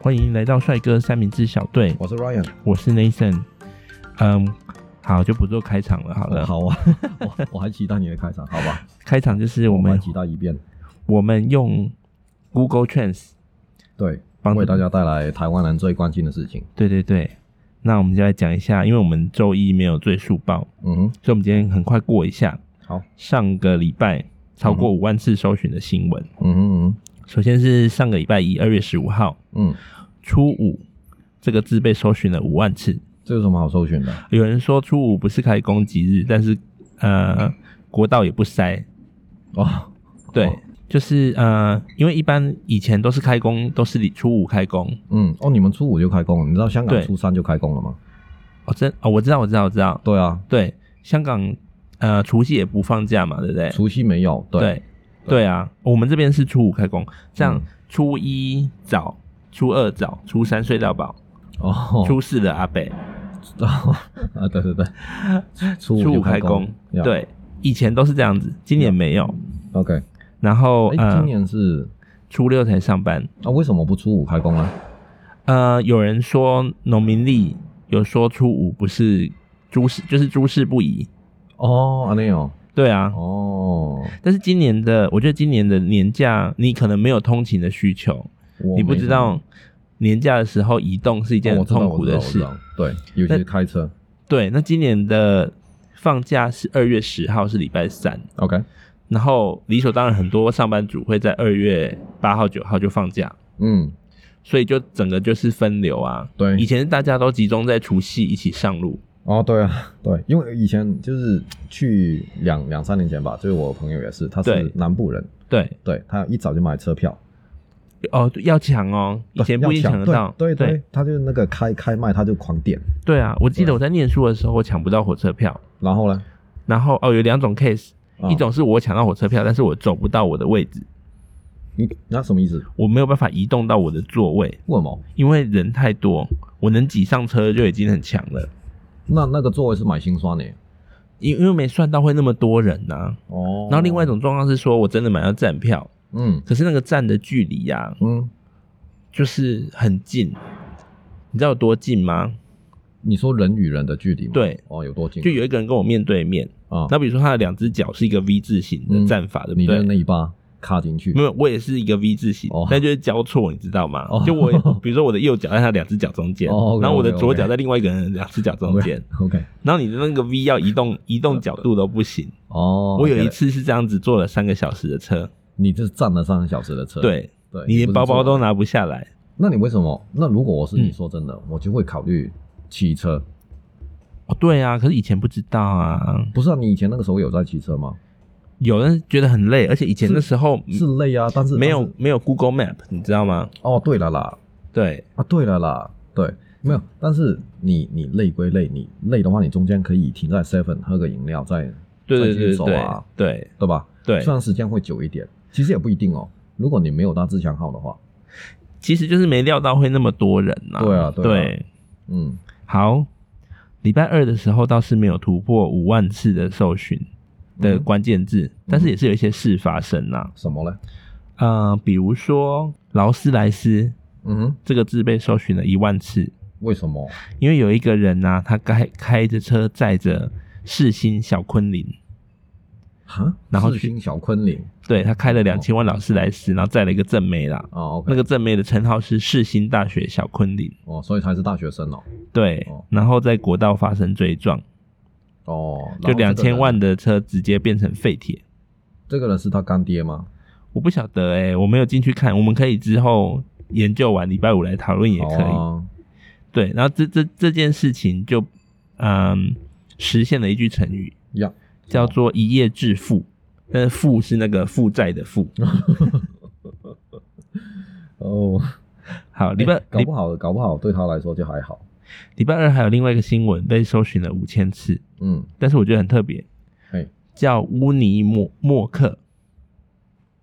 欢迎来到帅哥三明治小队，我是 Ryan，我是 Nathan。嗯，好，就不做开场了，好了，好啊， 我我还期待你的开场，好 吧？开场就是我还们期待一遍，我们用 Google Trends，对，帮为大家带来台湾人最关心的事情。对对对。那我们就来讲一下，因为我们周一没有最速报，嗯哼，所以我们今天很快过一下好，上个礼拜超过五万次搜寻的新闻。嗯哼首先是上个礼拜一，二月十五号，嗯哼，嗯，初五这个字被搜寻了五万次。这有什么好搜寻的？有人说初五不是开工吉日，但是呃，国道也不塞。哦，对，哦就是呃，因为一般以前都是开工，都是初五开工。嗯，哦，你们初五就开工了，你知道香港对初三就开工了吗？哦，真哦，我知道，我知道，我知道。对啊，对，香港呃，除夕也不放假嘛，对不对？除夕没有，对，对对啊，我们这边是初五开工，这样嗯初一早、初二早、初三睡到饱，哦，初四的阿北， 啊，对对对，初初五五就开工工，，呀对，以前都是这样子，今年没有。 ，OK，然后哎，呃今，年是初六才上班。啊，为什么不初五开工呢？呃，有人说农民历有说初五不是诸事，就是诸事不宜。哦，阿内哦，对啊，哦，但是今年的，我觉得今年的年假，你可能没有通勤的需求，我哦你不没知什么道年假的时候移动是一一件很痛苦的事。对，尤其那是开车。对，那今年的放假是二月十号，是礼拜三， OK，然后理所当然很多上班族会在二月八号、九号就放假，嗯，所以就整个就是分流啊。对以前大家都集中在除夕一起上路，哦，对啊， 对，因为以前就是去两两三年前吧，就是我朋友也是，他是对南部人，对，对他一早就买车票，哦，对要抢哦，以对前不一定要抢得到，对对对，他就那个开开卖他就狂点，对啊！我记得我在念书的时候，我抢不到火车票，然后呢，然后哦，有两种 case，、啊一种是我抢到火车票，但是我走不到我的位置，你那什么意思？我没有办法移动到我的座位，为什么？因为人太多，我能挤上车就已经很强了。那那个座位是买心酸的因因为没算到会那么多人呐、哦然后另外一，种状况是说，我真的买到站票，嗯可是那个站的距离呀、嗯，就是很近，你知道有多近吗？你说人与人的距离吗？对，哦，有多近？就有一个人跟我面对面，啊，那比如说他的两只脚是一个 V 字形的嗯站法，对你不的对？那一巴卡进去没，有，我也是一个 V 字形哦，但就是交错，你知道吗哦？就我， 比如说我的右脚在他两只脚中间哦，，OK，然后我的 OK，OK 左脚在另外一个人的两只脚中间， ，OK， 然后你的那个 V 要移动，移动角度都不行。哦，我有 OK 一次是这样子坐了三个小时的车，你这占了三个小时的车，对对，你连不是包包坐都拿不下来。那你为什么？那如果我是你，嗯说真的，我就会考虑骑车。哦，对啊，可是以前不知道啊，不是啊，你以前那个时候有在骑车吗？有人觉得很累，而且以前是那时候是累啊，但是嗯没但有是没有 Google Map，你知道吗？哦，对了啦，对，啊，对了啦，对，没有。但是你你累归累，你累的话，你中间可以停在 Seven 喝个饮料，再对对再继续对走对啊对对吧？对虽对，然时间会久一点，其实也不一定哦。如果你没有搭自强号的话，其实就是没料到会那么多人呐。对啊对啊对，嗯，好，礼拜二的时候倒是没有突破五万次的搜寻的嗯关键字，但是也是有一些事发生啦、什么呢？呃，比如说劳斯莱斯嗯哼，这个字被搜寻了一万次，为什么？因为有一个人呐、他开开着车载着世新小昆凌，哈，然后四去星小昆凌对他开了两千万劳斯莱斯，然后载了一个正妹啦。哦，OK，那个正妹的称号是世新大学小昆凌，哦，所以才是大学生哦，对哦，然后在国道发生追撞，哦，然就后这个两千人万的车直接变成废铁。这个人是他干爹吗？我不晓得哎、我没有进去看，我们可以之后研究完礼拜五来讨论也可以。好啊对，然后这这这件事情就嗯实现了一句成语，呀，叫做一夜致富。但是负是那个负债的负。哦，好，礼拜哎搞礼不好，搞不好对他来说就还好。礼拜二还有另外一个新闻被搜寻了五千次，嗯，但是我觉得很特别，嘿，叫乌尼默默克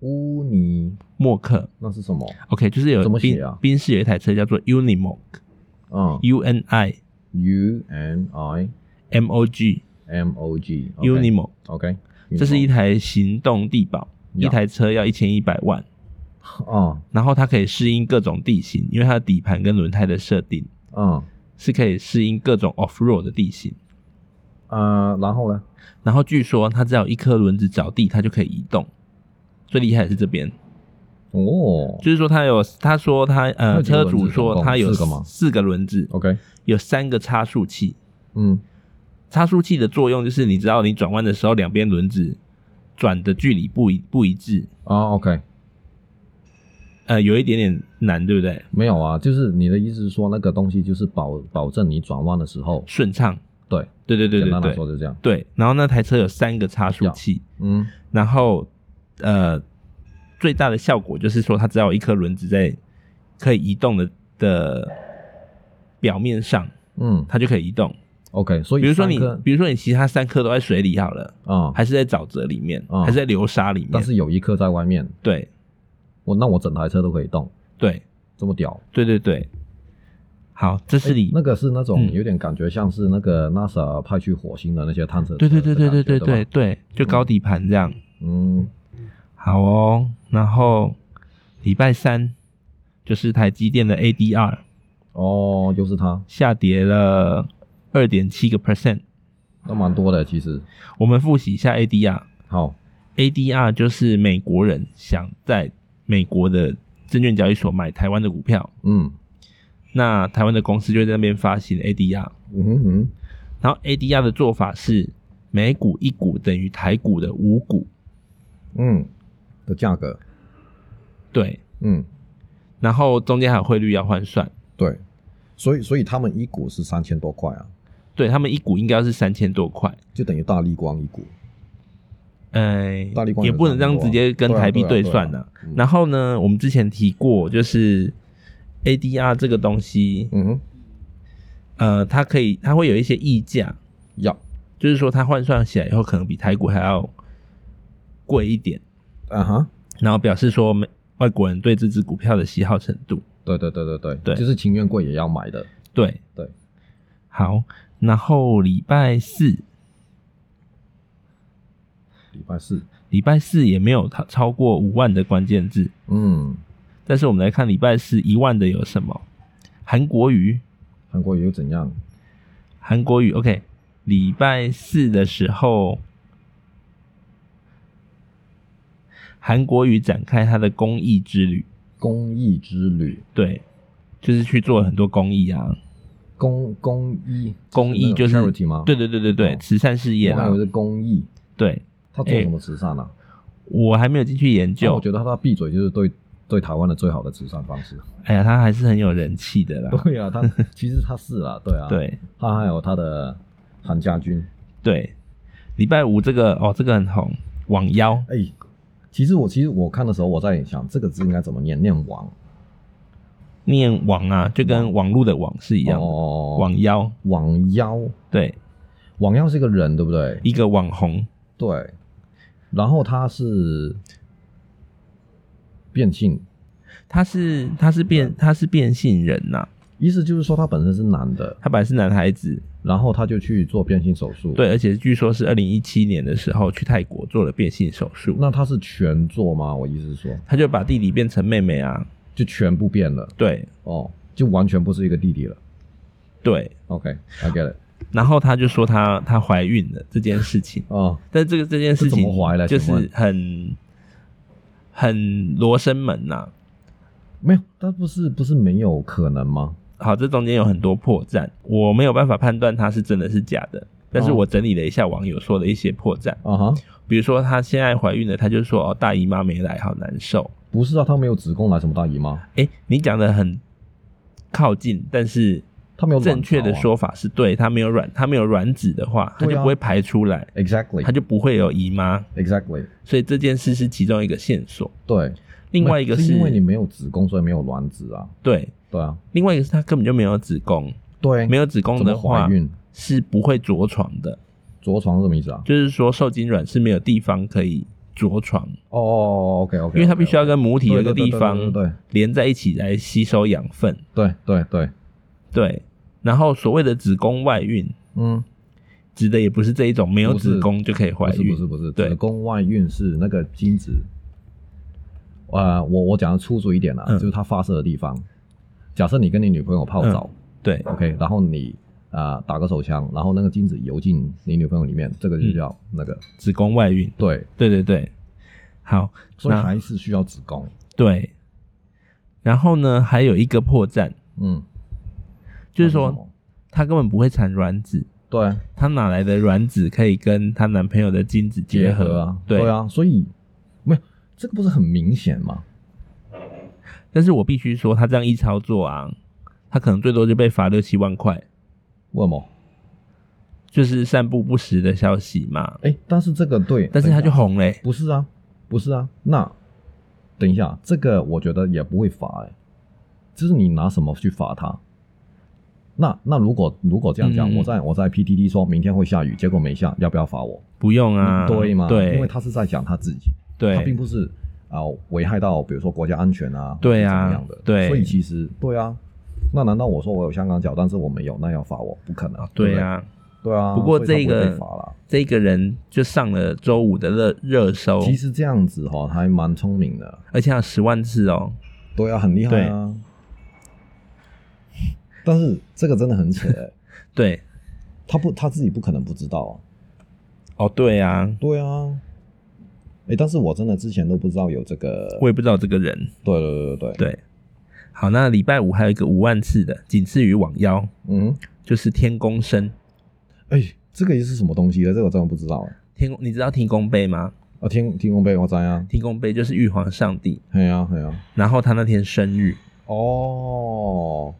污泥默克。那是什么？ OK，就是有怎么宾写啊宾士有一台车叫做 Unimog，U 嗯 N I ，U N I M O G M O G Unimog。 OK，这是一台行动地堡，呀一台车要一千一百万，嗯然后它可以适应各种地形，因为它的底盘跟轮胎的设定嗯是可以适应各种 off road 的地形。呃，然后呢？然后据说它只要有一颗轮子着地，它就可以移动。最厉害的是这边，哦就是说它有，他说他它有呃，几个车轮子主说总共他有四个吗哦四个轮子， ，OK，有三个差速器。嗯差速器的作用就是，你只要你转弯的时候，两边轮子转的距离不一不一致，啊，OK，呃，有一点点难，对不对？没有啊，就是你的意思是说那个东西就是保保证你转弯的时候，顺畅，对，对对对简对单来对说就这样，对。然后那台车有三个差速器，嗯然后呃，最大的效果就是说，它只要有一颗轮子在可以移动的的表面上，嗯它就可以移动。 ，OK，所以比如说你三颗，比如说你其他三颗都在水里好了，啊，还是在沼泽里面，嗯还是在流沙里面，但是有一颗在外面，对我那我整台车都可以动，对这么屌。对对对，好，这是你、哎那个是那种嗯有点感觉像是那个 NASA 派去火星的那些探测车对对的对对对感觉对对对吧，对，就高底盘这样。嗯，好哦，然后礼拜三就是台积电的 ADR 哦，就是它，下跌了二点七个 percent。那蛮多的其实。我们复习一下 ADR，ADR 好，就是美国人想在美国的证券交易所买台湾的股票，嗯那台湾的公司就会在那边发行 ADR。嗯哼哼，然后 ADR 的做法是每股一股等于台股的五股，嗯的价格，对，嗯然后中间还有汇率要换算，对，所以所以他们一股是三千多块啊，对他们一股应该是三千多块，就等于大力光一股，呃大力，光也有不能这样直接跟300多啊台币对啊对啊算对呢、啊嗯然后呢，我们之前提过，就是 ADR 这个东西，嗯哼，呃，它可以它会有一些溢价，要就是说它换算起来以后可能比台股还要贵一点，啊哈，然后表示说美外国人对这只股票的喜好程度。对对对对对对就是情愿贵也要买的，对对，好，然后礼拜四，礼拜四，礼拜四也没有超超过五万的关键字，嗯，但是我们来看礼拜四一万的有什么？韩国瑜，韩国瑜又怎样？韩国瑜，OK，礼拜四的时候，韩国瑜展开他的公益之旅，公益之旅，对，就是去做很多公益啊，公公益，公益就是那个 charity 吗？对对对对对，哦慈善事业我还啦以为，是公益，对他哎做什么慈善啊？我还没有进去研就究哦我，觉得他闭嘴就是对对台湾的最好的慈善方 式。哎呀，他还是很有人气的啦，对啊，他其实他是啦，对 啊，，对他还有他的韩家军。对，礼拜五这个哦，这个很红，网妖，哎、其实我其实我看的时候，我在想这个字应该怎么念，念王念网啊，就跟网络的网是一样的，哦，网妖，王妖，对，王妖是个人，对不对？一个网红。对，然后他是变性，他是他是变他是变性人呐、意思就是说他本身是男的，他本来是男孩子，然后他就去做变性手术。，对，而且据说是二零一七年的时候去泰国做了变性手术，那他是全做吗？我意思是说，他就把弟弟变成妹妹啊，就全部变了。对哦，就完全不是一个弟弟了。对， OK，I、get it。然后他就说他他怀孕了这件事情，哦，但这个这件事这怎情么怀了就请问是很很罗生门呐、没有，他不是不是没有可能吗？好，这中间有很多破绽，我没有办法判断他是真的是假的。但是哦我整理了一下网友说的一些破绽，啊哈，比如说她现在怀孕了，她就说哦大姨妈没来，好难受。不是啊，他没有子宫来什么大姨妈，哎、你讲的很靠近，但是他没有卵正确的巢啊说法是对，它没有卵，它没有卵子的话，它对啊就不会排出来，它，exactly 就不会有姨妈， exactly，所以这件事是其中一个线索。对。另外一个是是因为你没有子宫，所以没有卵子啊。对，对啊，另外一个是她根本就没有子宫，对，没有子宫哎怎么的话怀孕？是不会着床的，着床是什么意思啊？就是说受精卵是没有地方可以着床，哦哦，OK OK，因为它必须要跟母体有一个地对方对连在一起来吸收养分。对对对，对，然后所谓的子宫外孕，嗯，指的也不是这一种没有不是子宫就可以怀不是孕，不是不是，对子宫外孕是那个精子呃，我我讲的粗俗一点啦、嗯就是它发射的地方。假设你跟你女朋友泡澡、对 o k 然后你啊、呃打个手枪，然后那个精子游进你女朋友里面，这个就叫嗯那个、子宫外孕，对，对对对，好，所以那还是需要子宫。对。然后呢，还有一个破绽，嗯，就是那什说么她根本不会产卵子，对啊她哪来的卵子可以跟她男朋友的精子结合合啊，对对啊，所以没有这个不是很明显吗？但是我必须说，她这样一操作啊，她可能最多就被罚六七万块，为什么？就是散布不实的消息嘛。哎，但是这个对，但是她就等一下红嘞、欸不是啊，不是啊。那等一下，这个我觉得也不会罚哎、就是你拿什么去罚他？那那如果如果这样讲，嗯我在我在 PTT 说明天会下雨，结果没下，要不要罚我？不用啊，嗯对吗？因为对他是在想他自己，他对，并不是啊、危害到比如说国家安全啊，对啊或者是怎么样的，对所以其实对啊。那难道我说我有香港脚，但是我没有，那要罚我？不可能，对呀，啊，对啊。不过所以他不会这个被罚了，这个人就上了周五的热热搜，其实这样子哈、还蛮聪明的，而且还有十万次哦。对啊，很厉害啊。但是这个真的很扯、欸， 对，他不他自己不可能不知道啊。哦，对啊，对啊，哎、但是我真的之前都不知道有这个。我也不知道这个人。对对对对对，对，好，那礼拜五还有一个五万次的，仅次于网妖，嗯，就是天公生。哎、这个又是什么东西呢？这个我真的不知道啊。天公，你知道天公杯吗？啊，天天公杯我怎样？天公杯就是玉皇上帝，嘿呀嘿啊呀，然后他那天生日，哦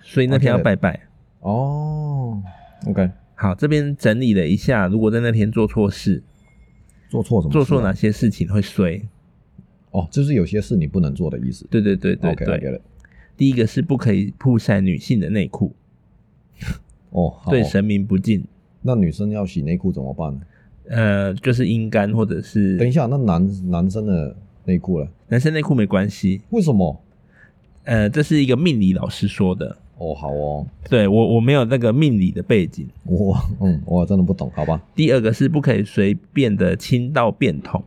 所以那天要拜拜。哦，OK，好，这边整理了一下，如果在那天做错事，做错什啊么？做错？哪些事情会衰？哦，就是有些事你不能做的意思。对对对对 OK，对。 I get it 第一个是不可以曝晒女性的内裤，哦，好对神明不敬。那女生要洗内裤怎么办呢？呃，就是阴干或者等是一下，那男男生的内裤了，男生内裤没关系。为什么？呃，这是一个命理老师说的，哦，好哦，对我我没有那个命理的背景。我嗯， 我真的不懂，好吧？第二个是不可以随便的亲到便桶，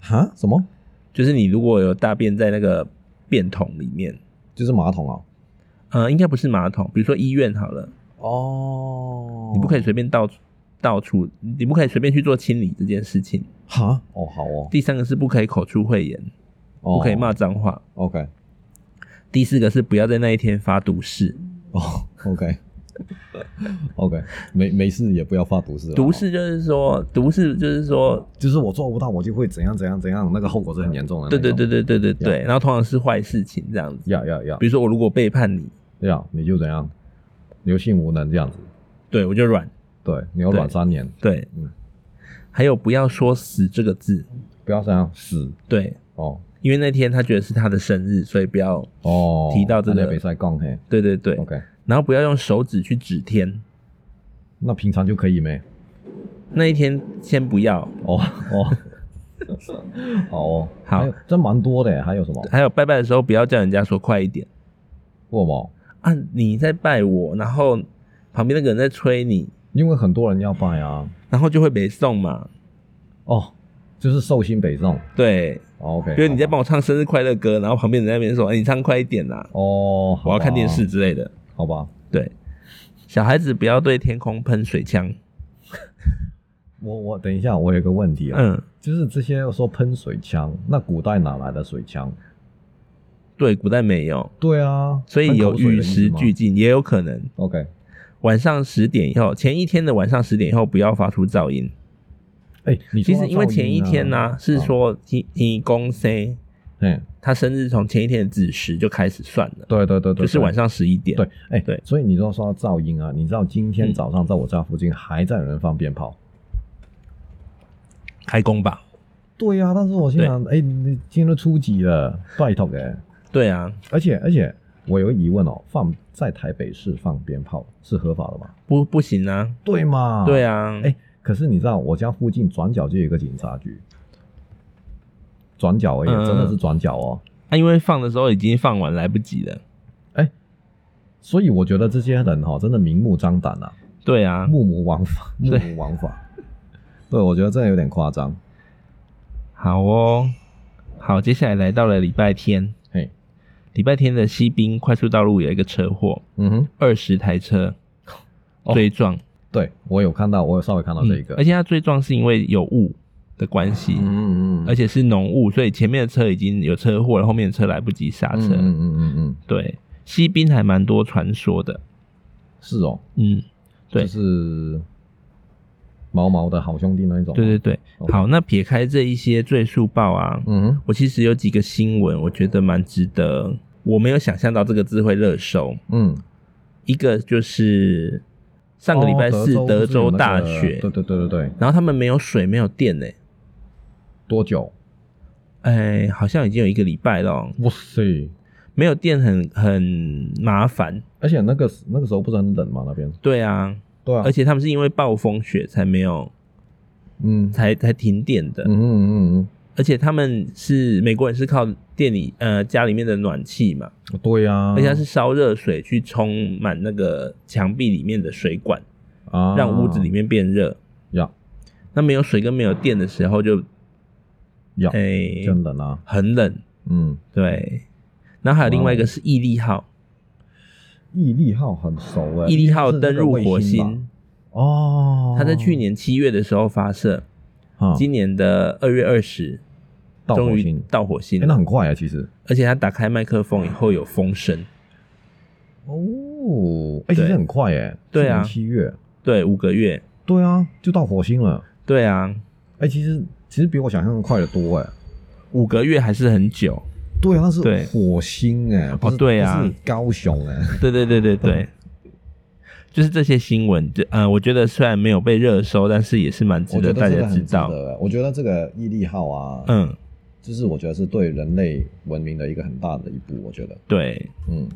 哈？什么？就是你如果有大便在那个便桶里面，就是马桶啊？呃，应该不是马桶，比如说医院好了，哦你不可以随便到到处，你不可以随便去做清理这件事情。哈？哦，好哦，第三个是不可以口出秽言，哦不可以骂脏话。 ，OK，第四个是不要在那一天发毒誓，哦，OK，OK，没没事，也不要发毒誓啊，毒誓就是说，毒誓就是说，就是我做不到，我就会怎样怎样怎样，那个后果是很严重的。对对对对，对对对对，然后通常是坏事情这样子。要要要比如说我如果背叛你，要，你就怎样，你就性无能这样子，对我就软，对，你要软对三年，对，嗯还有不要说“死”这个字，不要这样死对，哦因为那天他觉得是他的生日，所以不要，哦，提到这个比赛杠嘿对对对， ，OK，然后不要用手指去指天，那平常就可以没？那一天先不要，哦 哦，好哦，好还有，真蛮多的耶，还有什么？还有拜拜的时候不要叫人家说快一点过吗？啊，你在拜我，然后旁边那个人在催你，因为很多人要拜啊，然后就会北送嘛，哦，就是寿星北宋对，哦，OK，比如你在好吧帮我唱生日快乐歌，然后旁边人在那边说：“哎、你唱快一点啦、哦，好吧我要看电视，之类的。好吧，”对，小孩子不要对天空喷水枪。我我等一下，我有个问题啊，嗯，就是这些说喷水枪，那古代哪来的水枪？对，古代没有，对啊，所以喷有口水的与意思时吗俱进，也有可能 OK，晚上十点以后，前一天的晚上十点以后不要发出噪音。哎、你其说到实因为噪前一音天呢、啊是，说提提公 C 嗯，他生日从前一天的子时就开始算了，对对对就对，是晚上十一点。对。对，哎、对所以你说说到噪音啊，你知道今天嗯早上在我家附近还在有人放鞭炮。开工吧。对呀、但是我心想，哎、你今天都初几了，拜托哎、对啊，而且而且我有个疑问哦，放在台北市放鞭炮是合法的吗？不不行啊，对嘛？对啊，哎、可是你知道我家附近转角就有一个警察局，转角而已，嗯真的是转角哦。啊，因为放的时候已经放完，来不及了。所以我觉得这些人哈、哦，真的明目张胆啊，对啊，目无王法，目对无王法。对，我觉得这有点夸张。好哦，好，接下来来到了礼拜天，嘿，礼拜天的西滨快速道路有一个车祸，嗯哼，二十台车哦追撞，对我有看到，我有稍微看到这一个，嗯而且它追撞是因为有雾的关系，嗯嗯嗯，而且是浓雾，所以前面的车已经有车祸了，后面的车来不及刹嗯车。嗯嗯嗯嗯，对，西滨还蛮多传说的，是哦，嗯，对就是毛毛的好兄弟那一种，对对，对。哦好，那撇开这一些赘述报啊，嗯哼，我其实有几个新闻，我觉得蛮值得，我没有想象到这个字会热搜。嗯，一个就是上个礼拜四哦德不是有州那个大学，对对对对对，然后他们没有水，没有电呢、多久？哎，好像已经有一个礼拜了哦，哇塞！没有电很很麻烦。而且那个那个时候不是很冷吗？那边对啊，对啊，而且他们是因为暴风雪才没有嗯才才停电的，嗯嗯嗯而且他们是美国人是靠店里呃家里面的暖气嘛，嗯，对呀、啊，而且它是烧热水去充满那个墙壁里面的水管，啊，让屋子里面变热。呀那没有水跟没有电的时候就，呀，哎真冷啊，很冷，嗯，对。然后还有另外一哦个是毅力号，毅力号很熟哎、毅力号是那个登陆卫火星吧星，哦，它在去年七月的时候发射，啊今年的二月二十，到终火于星，到火星哎、那了，很快啊，其实而且它打开麦克风以后有风声，哦，哎、对其实很快哎、对啊去年七月，对，五个月，对啊，就到火星了，对啊，哎、其实其实比我想象的快得多哎、五个月还是很久，对啊，那是对火星哎、不是对啊不是高雄哎、对对对对对，就是这些新闻，这呃，我觉得虽然没有被热搜，但是也是蛮值我得觉得大这家个很知值道。得哎我觉得这个毅力号啊，嗯，就是我觉得是对人类文明的一个很大的一步，我觉得，对，嗯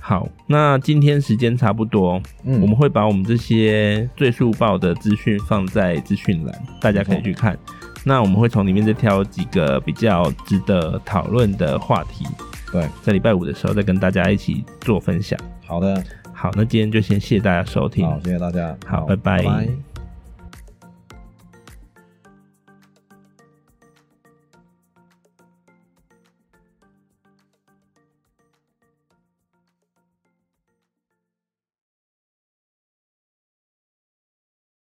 好，那今天时间差不多，嗯，我们会把我们这些最速报的资讯放在资讯栏，大家可以去看。那我们会从里面再挑几个比较值得讨论的话题，对，在礼拜五的时候再跟大家一起做分享。好的，好，那今天就先谢谢大家收听，好，谢谢大家，好拜拜拜拜